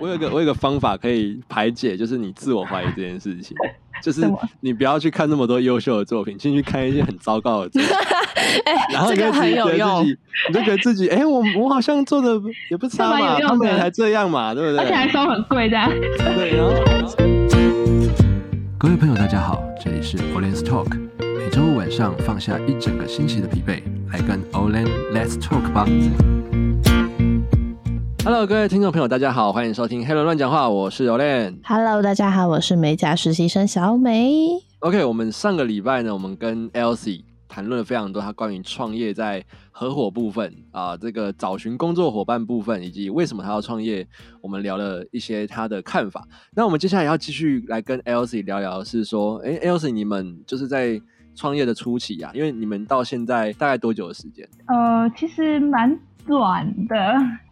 我有一个我有一个方法可以排解，就是你自我怀疑这件事情，就是什么你不要去看那么多优秀的作品，先去看一些很糟糕的作品，哎、然后这你就个自很己觉有得自用。己，你就觉得自己，哎、我我好像做的也不差蛮有嘛，用他们也的才这样嘛，对不对？而且还收很贵的。对，然后。各位朋友，大家好，这里是 Olen's Talk，每周五晚上放下一整个星期的疲惫，来跟 Olen Let's Talk 吧。Hello，各位听众朋友，大家好，欢迎收听《黑人乱讲话》，我是 Olen。 Hello，大家好，我是美甲实习生小美。 OK，我们上个礼拜呢，我们跟 Elsie 谈论了非常多她关于创业在合伙部分啊、这个找寻工作伙伴部分，以及为什么她要创业，我们聊了一些她的看法。那我们接下来要继续来跟 Elsie 聊聊，是说，哎，Elsie，你们就是在创业的初期啊，因为你们到现在大概多久的时间？呃，其实蛮短的，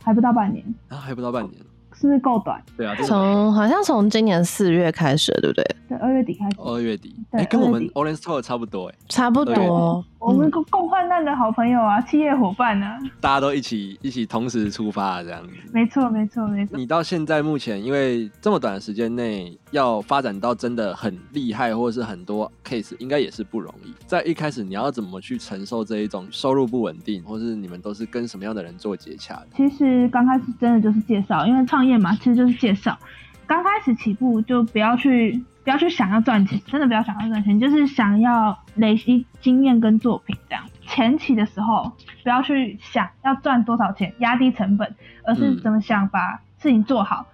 还不到半年，啊，还不到半年。是不是够短？对啊，这个从好像从今年四月开始的，对不对？对，二月底开始。二月底，对哎，跟我二们月底 Orange Store 差不多，哎，差不对多。嗯我们共共患难的好朋友啊，企业伙伴啊，大家都一起一起同时出发啊这样子。没错，没错，没错。你到现在目前，因为这么短的时间内要发展到真的很厉害，或者是很多 case，应该也是不容易。在一开始，你要怎么去承受这一种收入不稳定，或是你们都是跟什么样的人做接洽的？其实刚开始真的就是介绍，因为创业嘛，其实就是介绍。刚开始起步就不要去，不要去想要赚钱，真的不要想要赚钱，就是想要累积经验跟作品这样。前期的时候，不要去想要赚多少钱，压低成本，而是嗯怎么想把事情做好，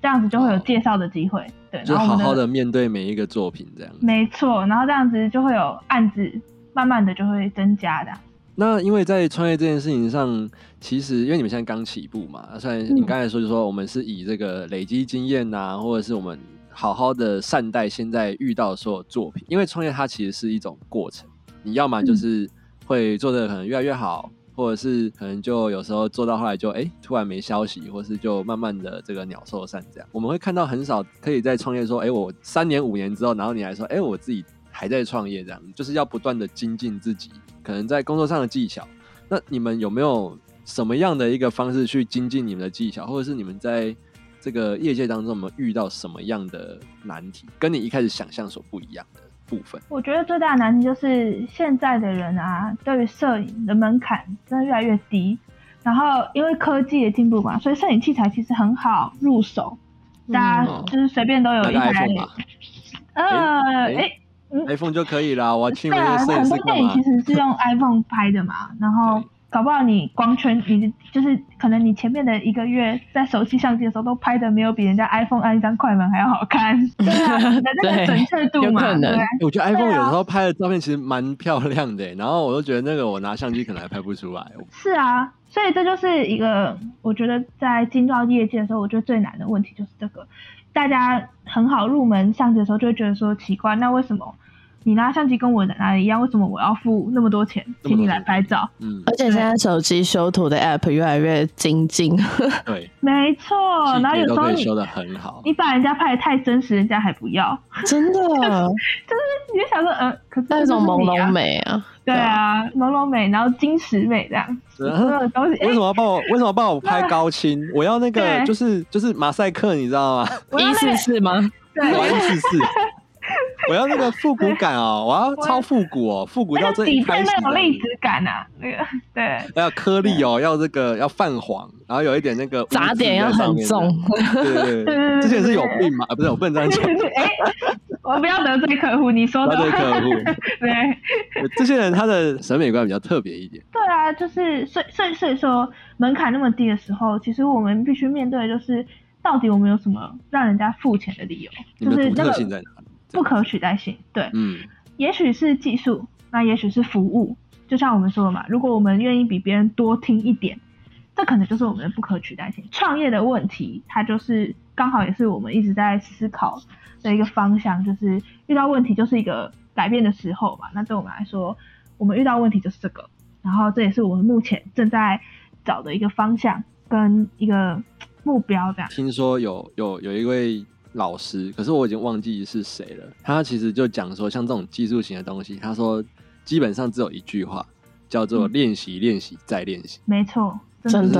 这样子就会有介绍的机会。对，就然后好我们好的面对每一个作品这样。没错，然后这样子就会有案子，慢慢的就会增加的。那因为在创业这件事情上，其实因为你们现在刚起步嘛，那虽然你嗯刚才说就说我们是以这个累积经验呐、或者是我们好好的善待现在遇到的所有作品，因为创业它其实是一种过程，你要么就是嗯会做的可能越来越好。或者是可能就有时候做到后来就哎、诶突然没消息，或是就慢慢的这个鸟兽散这样，我们会看到很少可以在创业说哎、诶我三年五年之后，然后你还说哎、诶我自己还在创业这样，就是要不断的精进自己，可能在工作上的技巧。那你们有没有什么样的一个方式去精进你们的技巧，或者是你们在这个业界当中有没有遇到什么样的难题，跟你一开始想象所不一样的部分？我觉得最大的难题就是现在的人啊，对于摄影的门槛真的越来越低。然后因为科技的进步嘛，所以摄影器材其实很好入手，大家嗯就是随便都有那一个台 iPhone。吧呃，诶诶， ，iPhone 就可以啦。我去对那啊，个摄影很师多干电影嘛其？实是用 iPhone 拍的嘛，然后对。搞不好你光圈，你的就是可能你前面的一个月在手机相机的时候都拍的没有比人家 iPhone 按一张快门还要好看， 对啊，你的那个对准确度有嘛，可能对啊诶我觉得 iPhone 对啊有时候拍的照片其实蛮漂亮的、欸然后我都觉得那个我拿相机可能还拍不出来。是啊，所以这就是一个我觉得在进到业界的时候，我觉得最难的问题就是这个，大家很好入门相机的时候，就会觉得说奇怪，那为什么你拿相机跟我拿的一样，为什么我要付那么多钱那么多钱请你来拍照？嗯，而且现在手机修图的 App 越来越精进，对，没错，然后细节哦都有时候可以你修的很好。你把人家拍的太真实，人家还不要， 真的你就想说，嗯、可是 那这就种是朦你啊胧，美啊！对啊，朦胧美，然后金石美这样，所对啊有的东西，哎、 为什么要帮我？为什么要帮我拍高清？我要那个对就是就是马赛克，你知道 吗？我要一那四个四吗？对，我要一 四四，我要那个复古感哦，我要超复古哦，复古那到个这底一片开始那种的粒子感啊，那个对。还有颗粒哦，要这个要泛黄，然后有一点那个污杂渍点在要上很面的重，对对 对对对，对之前是有对病吗？啊不是，我不能这样讲。哎、我不要得罪客户，你说他的对客户， 对 这些人他的审美观比较特别一点。对啊，就是所以所以所以说门槛那么低的时候，其实我们必须面对的就是到底我们有什么让人家付钱的理由，你们就的是独那特个性在哪里？不可取代性。对，嗯，也许是技术，那也许是服务，就像我们说的嘛，如果我们愿意比别人多听一点，这可能就是我们的不可取代性。创业的问题，它就是刚好也是我们一直在思考的一个方向，就是遇到问题就是一个改变的时候嘛。那对我们来说，我们遇到问题就是这个，然后这也是我们目前正在找的一个方向跟一个目标，这样。听说有有有一位老师，可是我已经忘记是谁了。他其实就讲说，像这种技术型的东西，他说基本上只有一句话，叫做嗯 练习、练习再练习。没错，真的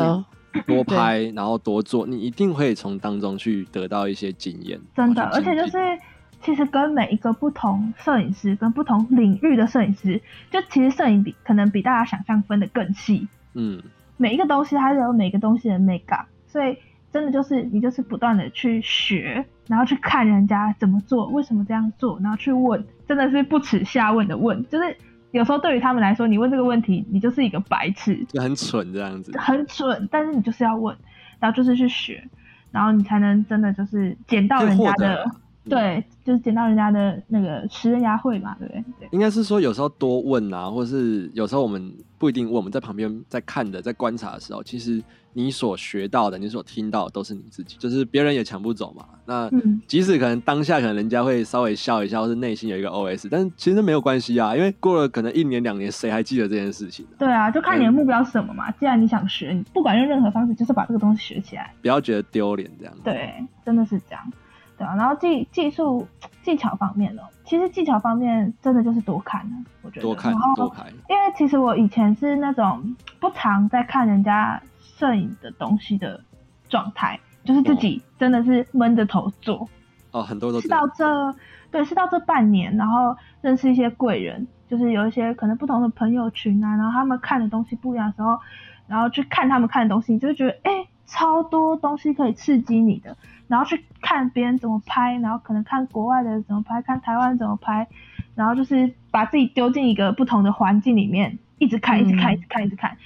的，多拍，然后多做，你一定会从当中去得到一些经验。真的，然后而去且就精进是其实跟每一个不同摄影师跟不同领域的摄影师，就其实摄影比可能比大家想象分的更细，嗯，每一个东西它都有每个东西的 make up，所以真的就是你就是不断的去学，然后去看人家怎么做，为什么这样做，然后去问，真的是不耻下问的问，就是有时候对于他们来说，你问这个问题，你就是一个白痴，就很蠢这样子。很蠢，但是你就是要问，然后就是去学，然后你才能真的就是捡到可以人获家得的啦，嗯对，就是捡到人家的那个食人牙慧嘛，对不对？对，应该是说有时候多问啊，或是有时候我们不一定问，我们在旁边在看的、在观察的时候，其实你所学到的、你所听到的都是你自己，就是别人也抢不走嘛。那嗯，即使可能当下可能人家会稍微笑一下，或是内心有一个 OS，但是其实没有关系啊，因为过了可能一年两年，谁还记得这件事情、啊？对啊，就看你的嗯目标是什么嘛。既然你想学，你不管用任何方式，就是把这个东西学起来。不要觉得丢脸这样。，对，真的是这样。对啊，然后技技术技巧方面呢，其实技巧方面真的就是多看啊，我觉得多看然后多拍，因为其实我以前是那种不常在看人家摄影的东西的状态，就是自己真的是闷着头做。哦，很多都是这到样。这，对，是到这半年，然后认识一些贵人，就是有一些可能不同的朋友群啊，然后他们看的东西不一样的时候，然后去看他们看的东西，你就会觉得哎、诶超多东西可以刺激你的，然后去看别人怎么拍，然后可能看国外的怎么拍，看台湾怎么拍，然后就是把自己丢进一个不同的环境里面，一直看，一直看，嗯一直看，一直看，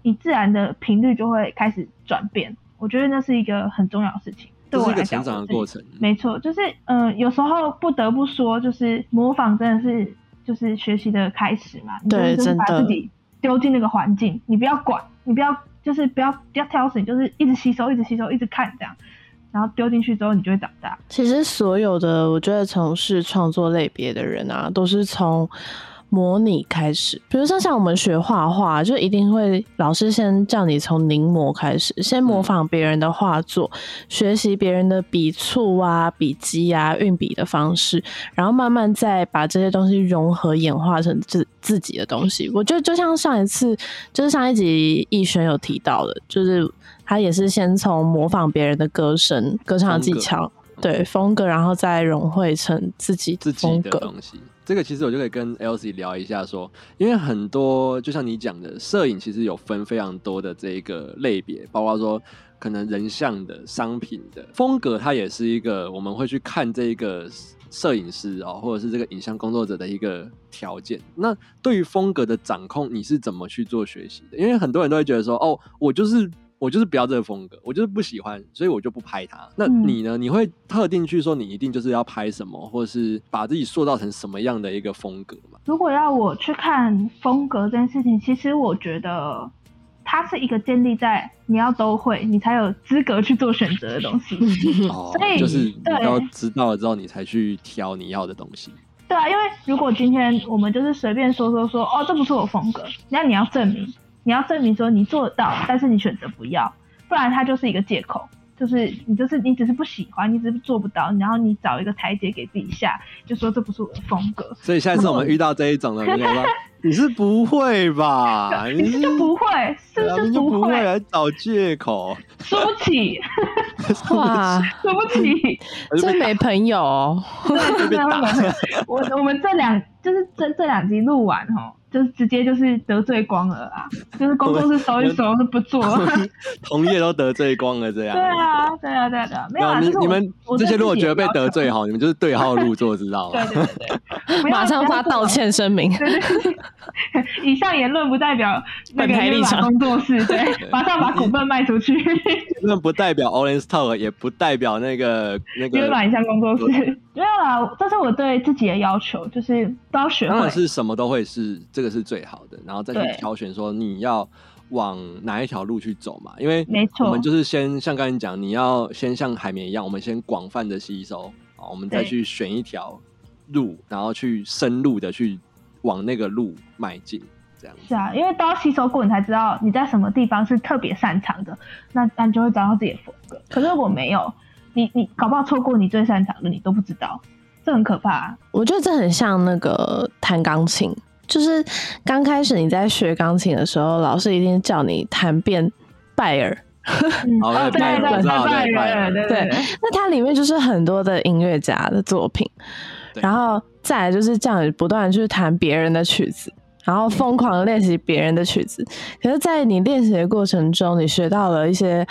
你自然的频率就会开始转变。我觉得那是一个很重要的事情，这对我是一来个讲，成长的我自己过程，没错，就是嗯、呃有时候不得不说，就是模仿真的是就是学习的开始嘛。你对就是真的把自己丢进那个环境，你不要管，你不要就是不要不要挑食，你就是一直吸收，一直吸收，一直看这样，然后丢进去之后，你就会长大。其实所有的我觉得从事创作类别的人啊，都是从模拟开始。比如说像我们学画画，就一定会老师先叫你从临摹开始，先模仿别人的画作，学习别人的笔触啊、笔迹啊、运笔的方式，然后慢慢再把这些东西融合演化成自自己的东西。我觉得就像上一次，就是上一集逸轩有提到的，就是他也是先从模仿别人的歌声、歌唱的技风格巧。对风格，然后再融汇成自己嗯自己风的格。东西。这个其实我就可以跟 Elsie 聊一下说，因为很多就像你讲的，摄影其实有分非常多的这一个类别，包括说可能人像的、商品的风格，它也是一个我们会去看这一个摄影师哦，或者是这个影像工作者的一个条件。那对于风格的掌控，你是怎么去做学习的？因为很多人都会觉得说，哦，我就是。我就是不要这个风格，我就是不喜欢，所以我就不拍它。那嗯你呢？你会特定去说你一定就是要拍什么，或是把自己塑造成什么样的一个风格嘛？如果要我去看风格这件事情，其实我觉得它是一个建立在你要都会，你才有资格去做选择的东西。哦嗯所以就是你对要知道了之后，你才去挑你要的东西。对啊，因为如果今天我们就是随便说说说，哦，这不是我风格，那你要证明，你要证明说你做得到，但是你选择不要，不然它就是一个借口，就是你就是你只是不喜欢，你只是做不到，然后你找一个台阶给自己下，就说这不是我的风格，所以下次我们遇到这一种的，我们就 说你是不会吧？你是就不会，是对啊不是你就不会？还找借口？输不起，哇， 输不起， 真没朋友、哦。对，真的会没有。 我我们这两就是这这两集录完哦，就是直接就是得罪光了啊，就是工作室收一收是不做。 同业都得罪光了，这样对。啊，对啊，对啊，对啊，没有那啊，你就是我你们我这对些自己如果觉得有被要得求罪，好，你们就是对号入座，知道 对吗？对对对， 不要马上不要发道歉声明。对。对对， 以上言论不代表那个本台立约马场工作室， 对，马上把股份卖出去，那不代表 Orange Talk，也不代表那个那约马个，影像工作室。没有啦，这是我对自己的要求，就是都要学当会然。是什么都会是这个是最好的，然后再对去挑选说你要往哪一条路去走嘛。因为没错我们就是先像刚才讲，你要先像海绵一样，我们先广泛的吸收啊，我们再对去选一条路，然后去深入的去往那个路迈进，这样是啊，因为都要吸收过，你才知道你在什么地方是特别擅长的，那那你就会找到自己的风格。可是如果没有，你你搞不好错过你最擅长的，你都不知道，这很可怕、啊。我觉得这很像那个弹钢琴，就是刚开始你在学钢琴的时候，老师一定叫你弹遍拜耳嗯好在哦，对拜对耳对，知道拜在拜人，耳对对对，那它里面就是很多的音乐家的作品，对然后再来就是这样不断地去弹别人的曲子，然后疯狂地练习别人的曲子。可是，在你练习的过程中，你学到了一些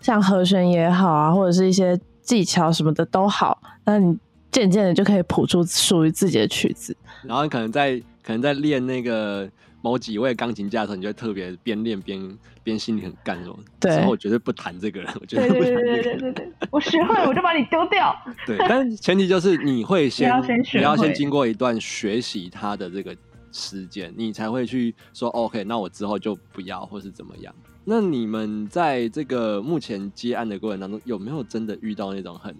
像和弦也好啊，或者是一些技巧什么的都好，那你渐渐的就可以谱出属于自己的曲子。然后你可能在可能在练那个某几位钢琴家的时候，你就会特别边练边边心里很干说，对之后我绝对不弹这个人，我绝对不对弹对这个对人。对对对，我学会了我就把你丢掉。对，但是前提就是你会先，要先学你要先会经过一段学习它的这个时间，你才会去说 OK，那我之后就不要，或是怎么样。那你们在这个目前接案的过程当中，有没有真的遇到那种很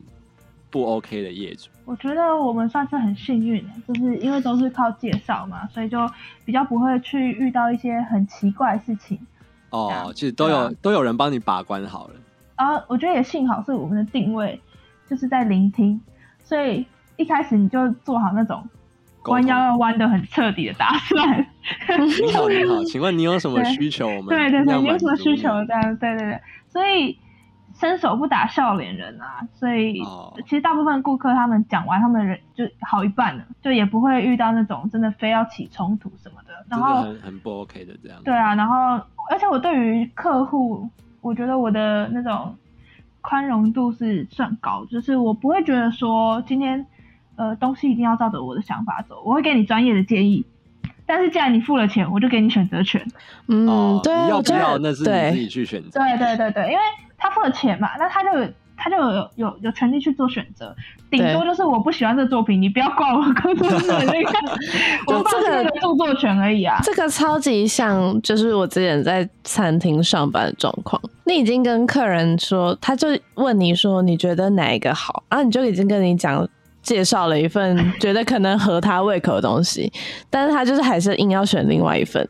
不 OK 的业主？我觉得我们算是很幸运的，就是因为都是靠介绍嘛，所以就比较不会去遇到一些很奇怪的事情。哦啊，其实都对有、啊都有人帮你把关好了。然后啊我觉得也幸好是我们的定位就是在聆听，所以一开始你就做好那种沟通弯腰要弯的很彻底的打算。你好，你好，请问你有什么对需求？我们对对尽对，量你有满什么足需你求这样？对对对，所以伸手不打笑脸人啊，所以哦其实大部分顾客他们讲完，他们人就好一半了，就也不会遇到那种真的非要起冲突什么的。然真的后很很不 OK 的这样。对啊，然后而且我对于客户，我觉得我的那种宽容度是算高，就是我不会觉得说今天呃东西一定要照着我的想法走，我会给你专业的建议。但是既然你付了钱，我就给你选择权。嗯，哦，对，你要我不觉得要那是你自对己去选择。对对对对，因为他付了钱嘛，那他就有他就有有有权利去做选择。顶对多就是我不喜欢这作品，你不要挂我工作室的 那个就我放弃这个那个著作权而已啊。这个超级像，就是我之前在餐厅上班的状况。你已经跟客人说，他就问你说你觉得哪一个好，然后你就已经跟你讲介绍了一份觉得可能合他胃口的东西， 但是他就是还是硬要选另外一份，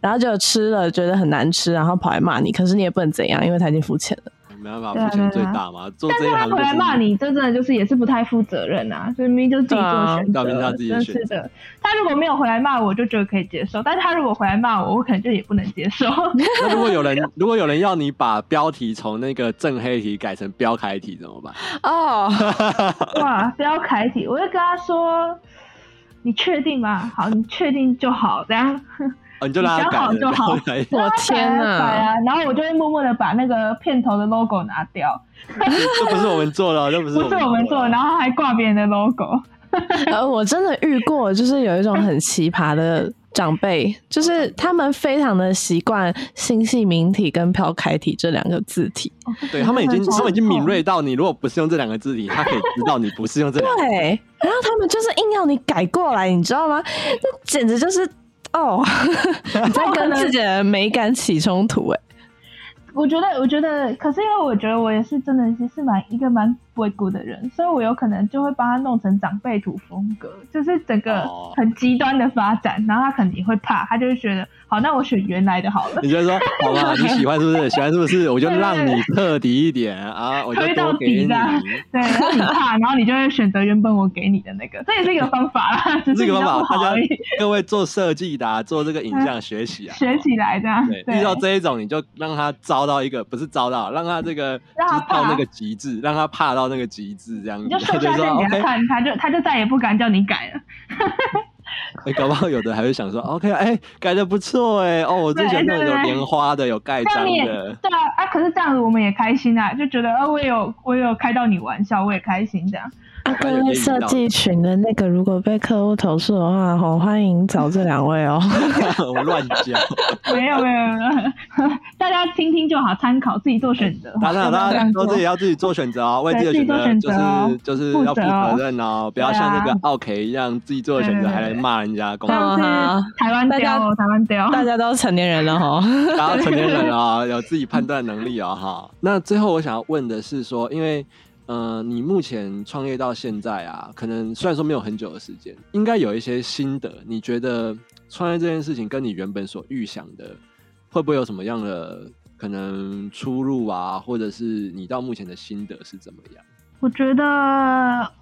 然后就吃了觉得很难吃，然后跑来骂你，可是你也不能怎样，因为他已经付钱了。没办法，对啊付钱最对啊大嘛，做但这是一他行就回来是骂你，这真的就是也是不太负责任啊，所以明明就是自己做选对啊择，表明他自己的真选择是的。他如果没有回来骂我，就觉得可以接受；但是他如果回来骂我，我可能就也不能接 受。那如果有人如果有人要你把标题从那个正黑题改成标楷体怎么办？哦，哇，不要凯体，我就跟他说：“你确定吗？好，你确定就好。”这样，哦，你就让他想好改就好改 我天哪、哪！摆啊！然后我就会默默的把那个片头的 logo 拿掉， 这不是我们做的哦，这不是不是我们做的，然后后还挂别人的 logo。呃，我真的遇过，就是有一种很奇葩的长辈，就是他们非常的习惯星系明体跟飘开体这两个字体。对他们已经真的他们已经很敏锐痛到你，如果不是用这两个字体，他可以知道你不是用这两个字。对，然后他们就是硬要你改过来，你知道吗？这简直就是哦， 你 在跟自己的美感起冲突哎、 我觉得，我觉得，可是因为我觉得我也是真的是是蛮一个蛮不顾的人，所以我有可能就会把它弄成长辈图风格，就是整个哦很极端的发展，然后他肯定会怕，他就会觉得好，那我选原来的好了， 你就说好吧，你喜欢是不是？ 喜欢是不是？我就对对让对你彻底一点啊，我就推多到给底你这。样对，然后你怕，然后你就会选择原本我给你的那个，这也是一个方法啦，只是这比个较方 不法，好大而家已，嗯各位做设计的、啊，做这个影像学习啊，学起来这 样，对，对遇到这一种，你就让他遭到一个不是遭到，让他这个让知他道怕那个极致，让他怕到那个极致，这样子你就他秀就下说限给他 OK，看，他就他就再也不敢叫你改了。哎搞不好有的还会想说 OK，哎、改的不错哎、哦，我之前那种对对有对莲花的，有盖这章样你也的， 对啊啊，可是这样子我们也开心啊，就觉得呃，我也有我也有开到你玩笑，我也开心这样。啊，各位设计群的那个，如果被客户投诉的话，好欢迎找这两位 哦。我乱 讲。没有没有没有，没 有大家听听就好，参考自己做选择。当然，哎大 这家样做都自己要自己做选择哦，为对自己的选择就是自己做选择哦就是要负负责哦啊责任哦，不要像那个奥 K 一样自己做的选择对对对还来骂人家公这司，样啊是台湾大家雕哦，台湾雕。大家都成年人了哈。大家成年人啊，有自己判断能力啊，哈。那最后我想要问的是说，因为呃，你目前创业到现在啊，可能虽然说没有很久的时间，应该有一些心得。你觉得创业这件事情跟你原本所预想的，会不会有什么样的可能出入啊，或者是你到目前的心得是怎么样？我觉得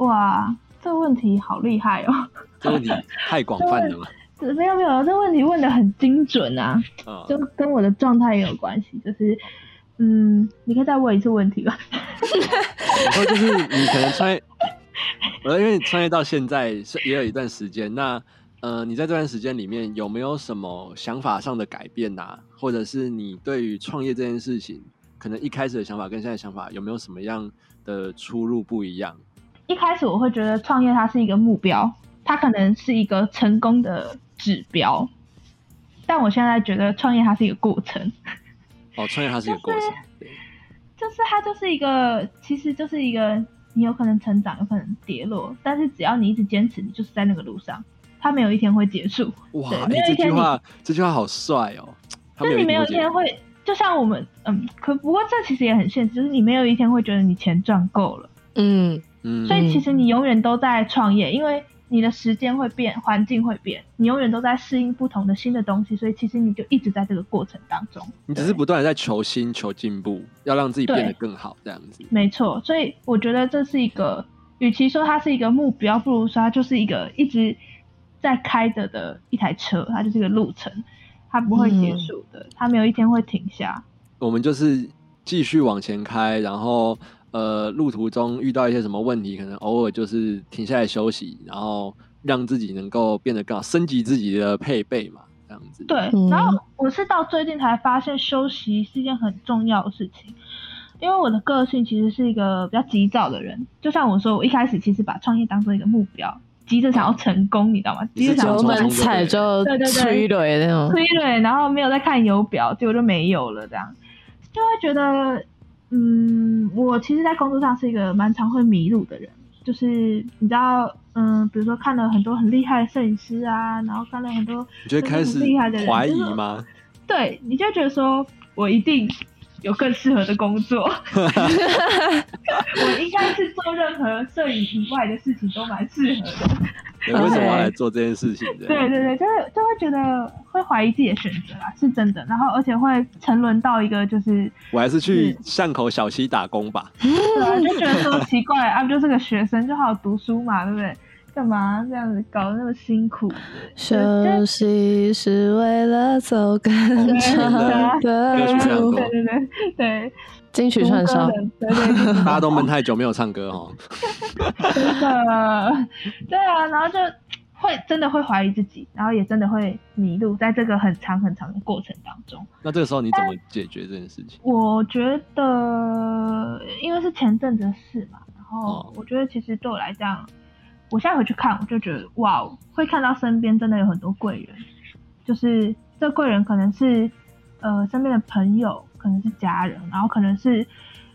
哇，这问题好厉害哦！这问题太广泛了嘛，这没有没有，这问题问的很精准啊。啊、就跟我的状态也有关系，就是嗯，你可以再问一次问题吧。然后就是你可能创业，呃，因为你创业到现在是也有一段时间，那呃，你在这段时间里面有没有什么想法上的改变呐、或者是你对于创业这件事情，可能一开始的想法跟现在的想法有没有什么样的出入不一样？一开始我会觉得创业它是一个目标，它可能是一个成功的指标，但我现在觉得创业它是一个过程，哦，创业它是一个过程，对就是它就是一个，其实就是一个你有可能成长，有可能跌落，但是只要你一直坚持，你就是在那个路上，它没有一天会结束。哇，对哎没有一这天句你话这句话好帅哦，他就是你没有一听天会，就像我们，嗯，可不过这其实也很现实，就是你没有一天会觉得你钱赚够了，嗯嗯，所以其实你永远都在创业，因为你的时间会变，环境会变，你永远都在适应不同的新的东西，所以其实你就一直在这个过程当中。你只是不断的在求新、求进步，要让自己变得对更好，这样子。没错，所以我觉得这是一个，与其说它是一个目标，不如说它就是一个一直在开着的一台车，它就是一个路程，它不会结束的，它没有一天会停下。我们就是继续往前开，然后呃，路途中遇到一些什么问题，可能偶尔就是停下来休息，然后让自己能够变得更好，升级自己的配备嘛，这样子。对，嗯然后我是到最近才发现休息是一件很重要的事情，因为我的个性其实是一个比较急躁的人，就像我说，我一开始其实把创业当做一个目标，急着想要成功，你知道吗？你急是着想要九油想成门门功踩踩就就对对对催泪那种。推了，然后没有在看油表，结果就没有了，这样就会觉得，嗯，我其实，在工作上是一个蛮常会迷路的人，就是你知道，嗯，比如说看了很多很厉害的摄影师啊，然后看了很多，你就会开始很厉害的人怀疑吗？对，你就会觉得说我一定有更适合的工作， 我应该是做任何摄影以外的事情都蛮适合的，对为什么要 OK 来做这件事情？这样对对对，就会就会觉得会怀疑自己的选择啦，是真的，然后而且会沉沦到一个就是。我还是去嗯巷口小溪打工吧。对啊，就觉得说奇怪，啊，不就是个学生，就好好读书嘛，对不对？干嘛这样子搞得那么辛苦？休息是为了走更长的歌曲非常路多。对对对对，金曲串烧读歌，人对对对，大家都闷太久没有唱歌哦，真的，对啊，然后就会真的会怀疑自己，然后也真的会迷路在这个很长很长的过程当中。那这个时候你怎么解决这件事情？我觉得，因为是前阵子的事嘛，然后哦我觉得其实对我来讲，我现在回去看，我就觉得哇哦，会看到身边真的有很多贵人，就是呃这贵人可能是呃身边的朋友，可能是家人，然后可能是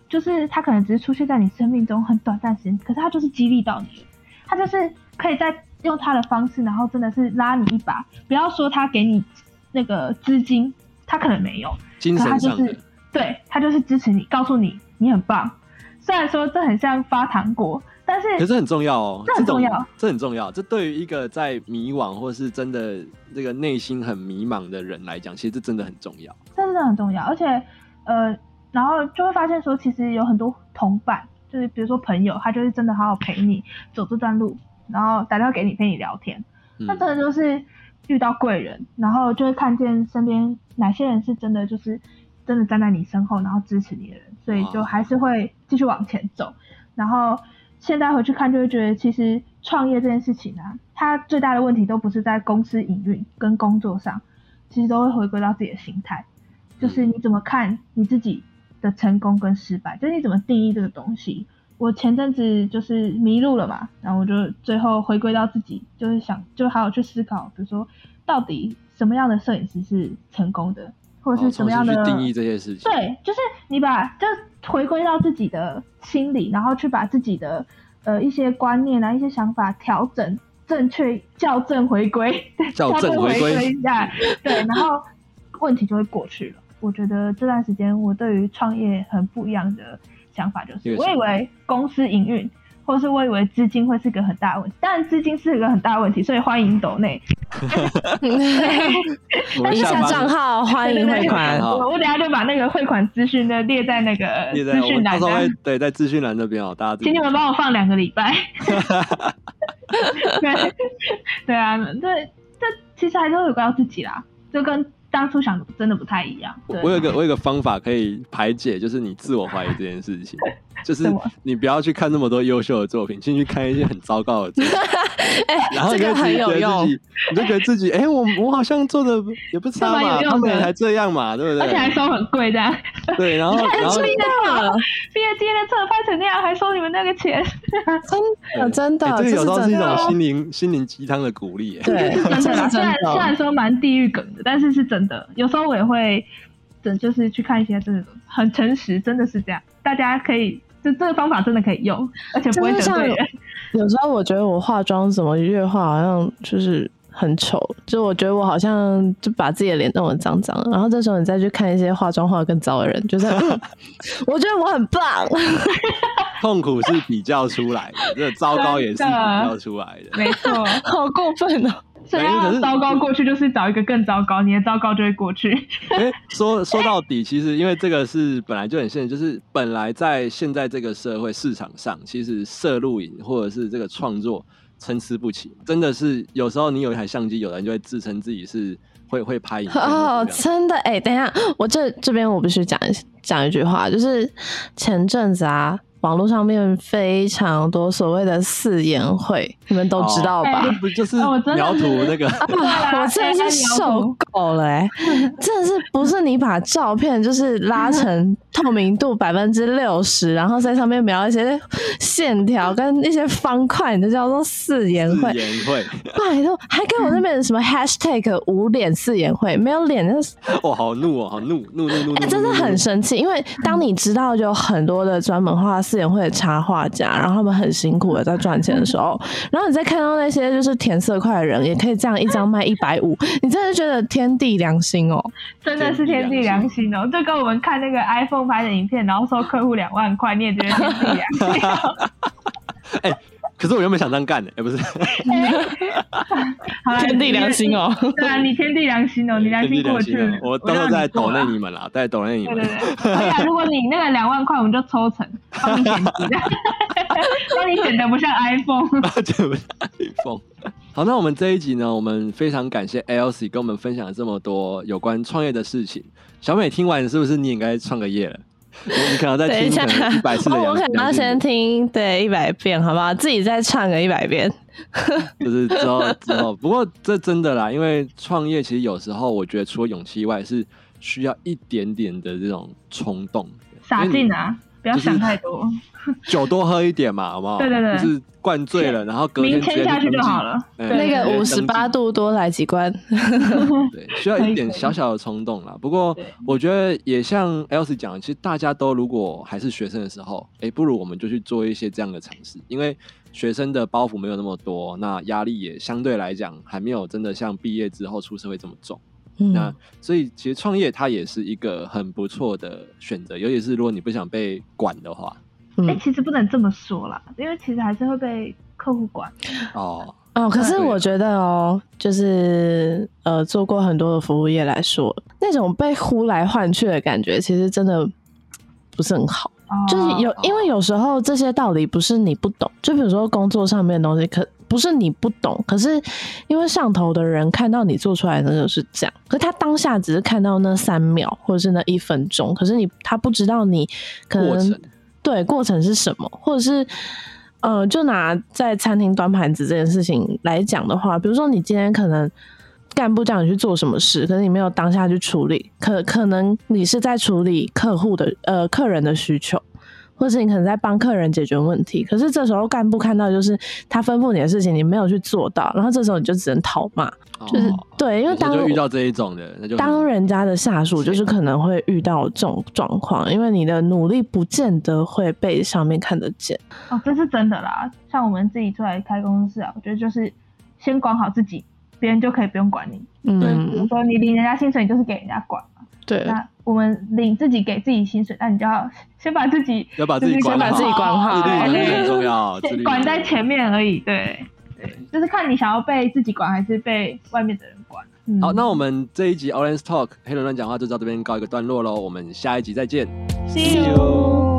就是他可能只是出现在你生命中很短暂时间，可是他就是激励到你，他就是可以在用他的方式，然后真的是拉你一把，不要说他给你那个资金，他可能没有。精可他神上就的是，对他就是支持你，告诉你你很棒。虽然说这很像发糖果，但是可是很重要哦， 这很种重要，这很重要。这对于一个在迷惘或是真的这个内心很迷茫的人来讲，其实这真的很重要。这真的很重要。而且呃，然后就会发现说，其实有很多同伴，就是比如说朋友，他就是真的好好陪你走这段路，然后打电话给你陪你聊天，嗯那真的就是遇到贵人，然后就会看见身边哪些人是真的就是真的站在你身后，然后支持你的人，所以就哇还是会继续往前走。然后现在回去看，就会觉得其实创业这件事情啊，它最大的问题都不是在公司营运跟工作上，其实都会回归到自己的心态，就是你怎么看你自己的成功跟失败，就是你怎么定义这个东西。我前阵子就是迷路了嘛，然后我就最后回归到自己，就是想就好好去思考，比如说到底什么样的摄影师是成功的，或者哦是什重么样新的、去定义这些事情。对，就是你把就回归到自己的心理，然后去把自己的呃一些观念啊、一些想法调整、正确、校正回归，对校正回回归一下， 对，然后问题就会过去了。我觉得这段时间我对于创业很不一样的想法，就这是个我想以法为公司营运，或是我以为资金会是个很大的问题，当然资金是一个很大的问题，所以欢迎抖内。 我们一下方账号欢迎汇 款。好我我等一下就把那个汇款资讯呢列在那个列在资我讯们到栏啊时候这样会对在资讯栏那边哦，大家自己请你们帮我放两个礼 拜。对对啊，这这其实还是会回归到自己啦，就跟当初想的真的不太一样。我对我有一个我有一个方法可以排解，就是你自我怀疑这件事情，就是什么你不要去看那么多优秀的作品，先去看一些很糟糕的作品，哎、然后这你就个自很己觉有得自用，己，你就觉得自己，哎、我我好像做的也不差蛮有嘛，用他们也的才这样嘛，对不而且还对？收很贵这样，对，然后哎然后真的，毕业纪念册拍成那样还收你们那个钱，真的 真的，哎这个有时候这是是一真的种哦心灵心灵鸡汤的鼓励，哎对，真这 的啦。是虽真然虽然的。说蛮地狱梗的，但是是真的。有时候我也会，真就是去看一些真的很诚实，真的是这样。大家可以，这这个方法真的可以用，而且不会就得是像 罪人。有时候我觉得我化妆怎么越化好像就是很丑，就我觉得我好像就把自己的脸弄得脏脏的，然后这时候你再去看一些化妆化得更糟的人，就是、嗯 我觉得我很棒， 痛苦是比较出来的，这糟糕也是比较出来的。没 错，好过分哦！所以可要是糟糕过去，就是找一个更糟糕，你的糟糕就会过去。哎、说说到底，其实因为这个是本来就很现实，就是本来在现在这个社会市场上，其实摄录影或者是这个创作参差不齐，真的是有时候你有一台相机，有的人就会自称自己是会会拍影片或怎么哦样，真的哎、等一下，我这这边我必须讲一讲一句话，就是前阵子啊，网络上面非常多所谓的四言会，你们都知道吧？那不就是哦我真的描图是那个？ 啊！我真的是受够了哎、真的是不是你把照片就是拉成透明度百分之六十，然后在上面描一些线条跟一些方块，你就叫做四言自会。言会，拜托，还给我那边什么 hashtag 无脸四言会，没有脸就是我好怒哦，好怒怒怒怒怒哎、怒，真的怒很怒生气，因为当你知道有很多的专门画四眼会的插画家，然后他们很辛苦的在赚钱的时候，然后你再看到那些就是填色块的人，也可以这样一张卖一百五，你真的觉得天地良心哦！真的是天地良心哦，就跟我们看那个 iPhone 拍的影片，然后收客户两万块，你也觉得天地 良心。可是我原本想这样干的，哎、不是，好啦天地良心哦！对啊，你天地良心哦，你良天地心过良去心啊了，我到时候再来抖内那你们啦，再来抖内你对们。啊 对对，可以啊！如果你那个两万块，我们就抽成帮你剪辑的，帮你剪的不像 iPhone。对啊不起，风。好，那我们这一集呢，我们非常感谢 Elsie 跟我们分享了这么多有关创业的事情。小美听完是不是你也应该创个业了？ 你你可能在等一听下可能一百次的哦，我杨可能要杨静先茹听对一百遍，好不好？自己再唱个一百遍。就是之后之后。不过这真的啦，因为创业其实有时候我觉得除了勇气以外，是需要一点点的这种冲动。傻因为你劲啊！不要想太多， 酒多喝一点嘛，好不好？对对对就是灌醉了，然后隔天明直签接下去登就记好。了。嗯那对个五十直接登八。记度多来几关，对，需要可一以点可以小小的冲动啦。不过对我觉得也像 Elsie 讲的，其实大家都如果还是学生的时候，诶，不如我们就去做一些这样的尝试，因为学生的包袱没有那么多，那压力也相对来讲还没有真的像毕业之后出社会这么重。那嗯，所以其实创业它也是一个很不错的选择，尤其是如果你不想被管的话。哎，其实不能这么说啦，因为其实还是会被客户管。哦，哦，可是对我觉得哦，就是呃，做过很多的服务业来说，那种被呼来唤去的感觉，其实真的不是很好。哦就是有，因为有时候这些道理不是你不懂，就比如说工作上面的东西，可不是你不懂，可是因为上头的人看到你做出来的就是这样，可是他当下只是看到那三秒或者是那一分钟，可是你他不知道你可过能程对过程是什么，或者是呃，就拿在餐厅端盘子这件事情来讲的话，比如说你今天可能干部叫你去做什么事，可是你没有当下去处理，可可能你是在处理客户的呃客人的需求。或是你可能在帮客人解决问题，可是这时候干部看到就是他吩咐你的事情，你没有去做到，然后这时候你就只能讨骂，就是、哦对，因为有时候当就遇到这一种的，那就很当人家的下属，就是可能会遇到这种状况，因为你的努力不见得会被上面看得见。哦，这是真的啦。像我们自己出来开公司啊，我觉得就是先管好自己，别人就可以不用管你。比如嗯，说你领人家薪水，你就是给人家管嘛。对，那我们领自己给自己薪水，那你就要先把自己要把自就己是管先好，把自己管好自律很重要，自律很重要先管在前面而已。对，对，就是看你想要被自己管还是被外面的人管。嗯好，那我们这一集 Orange Talk 黑人乱讲话就到这边告一个段落喽，我们下一集再见。 See you。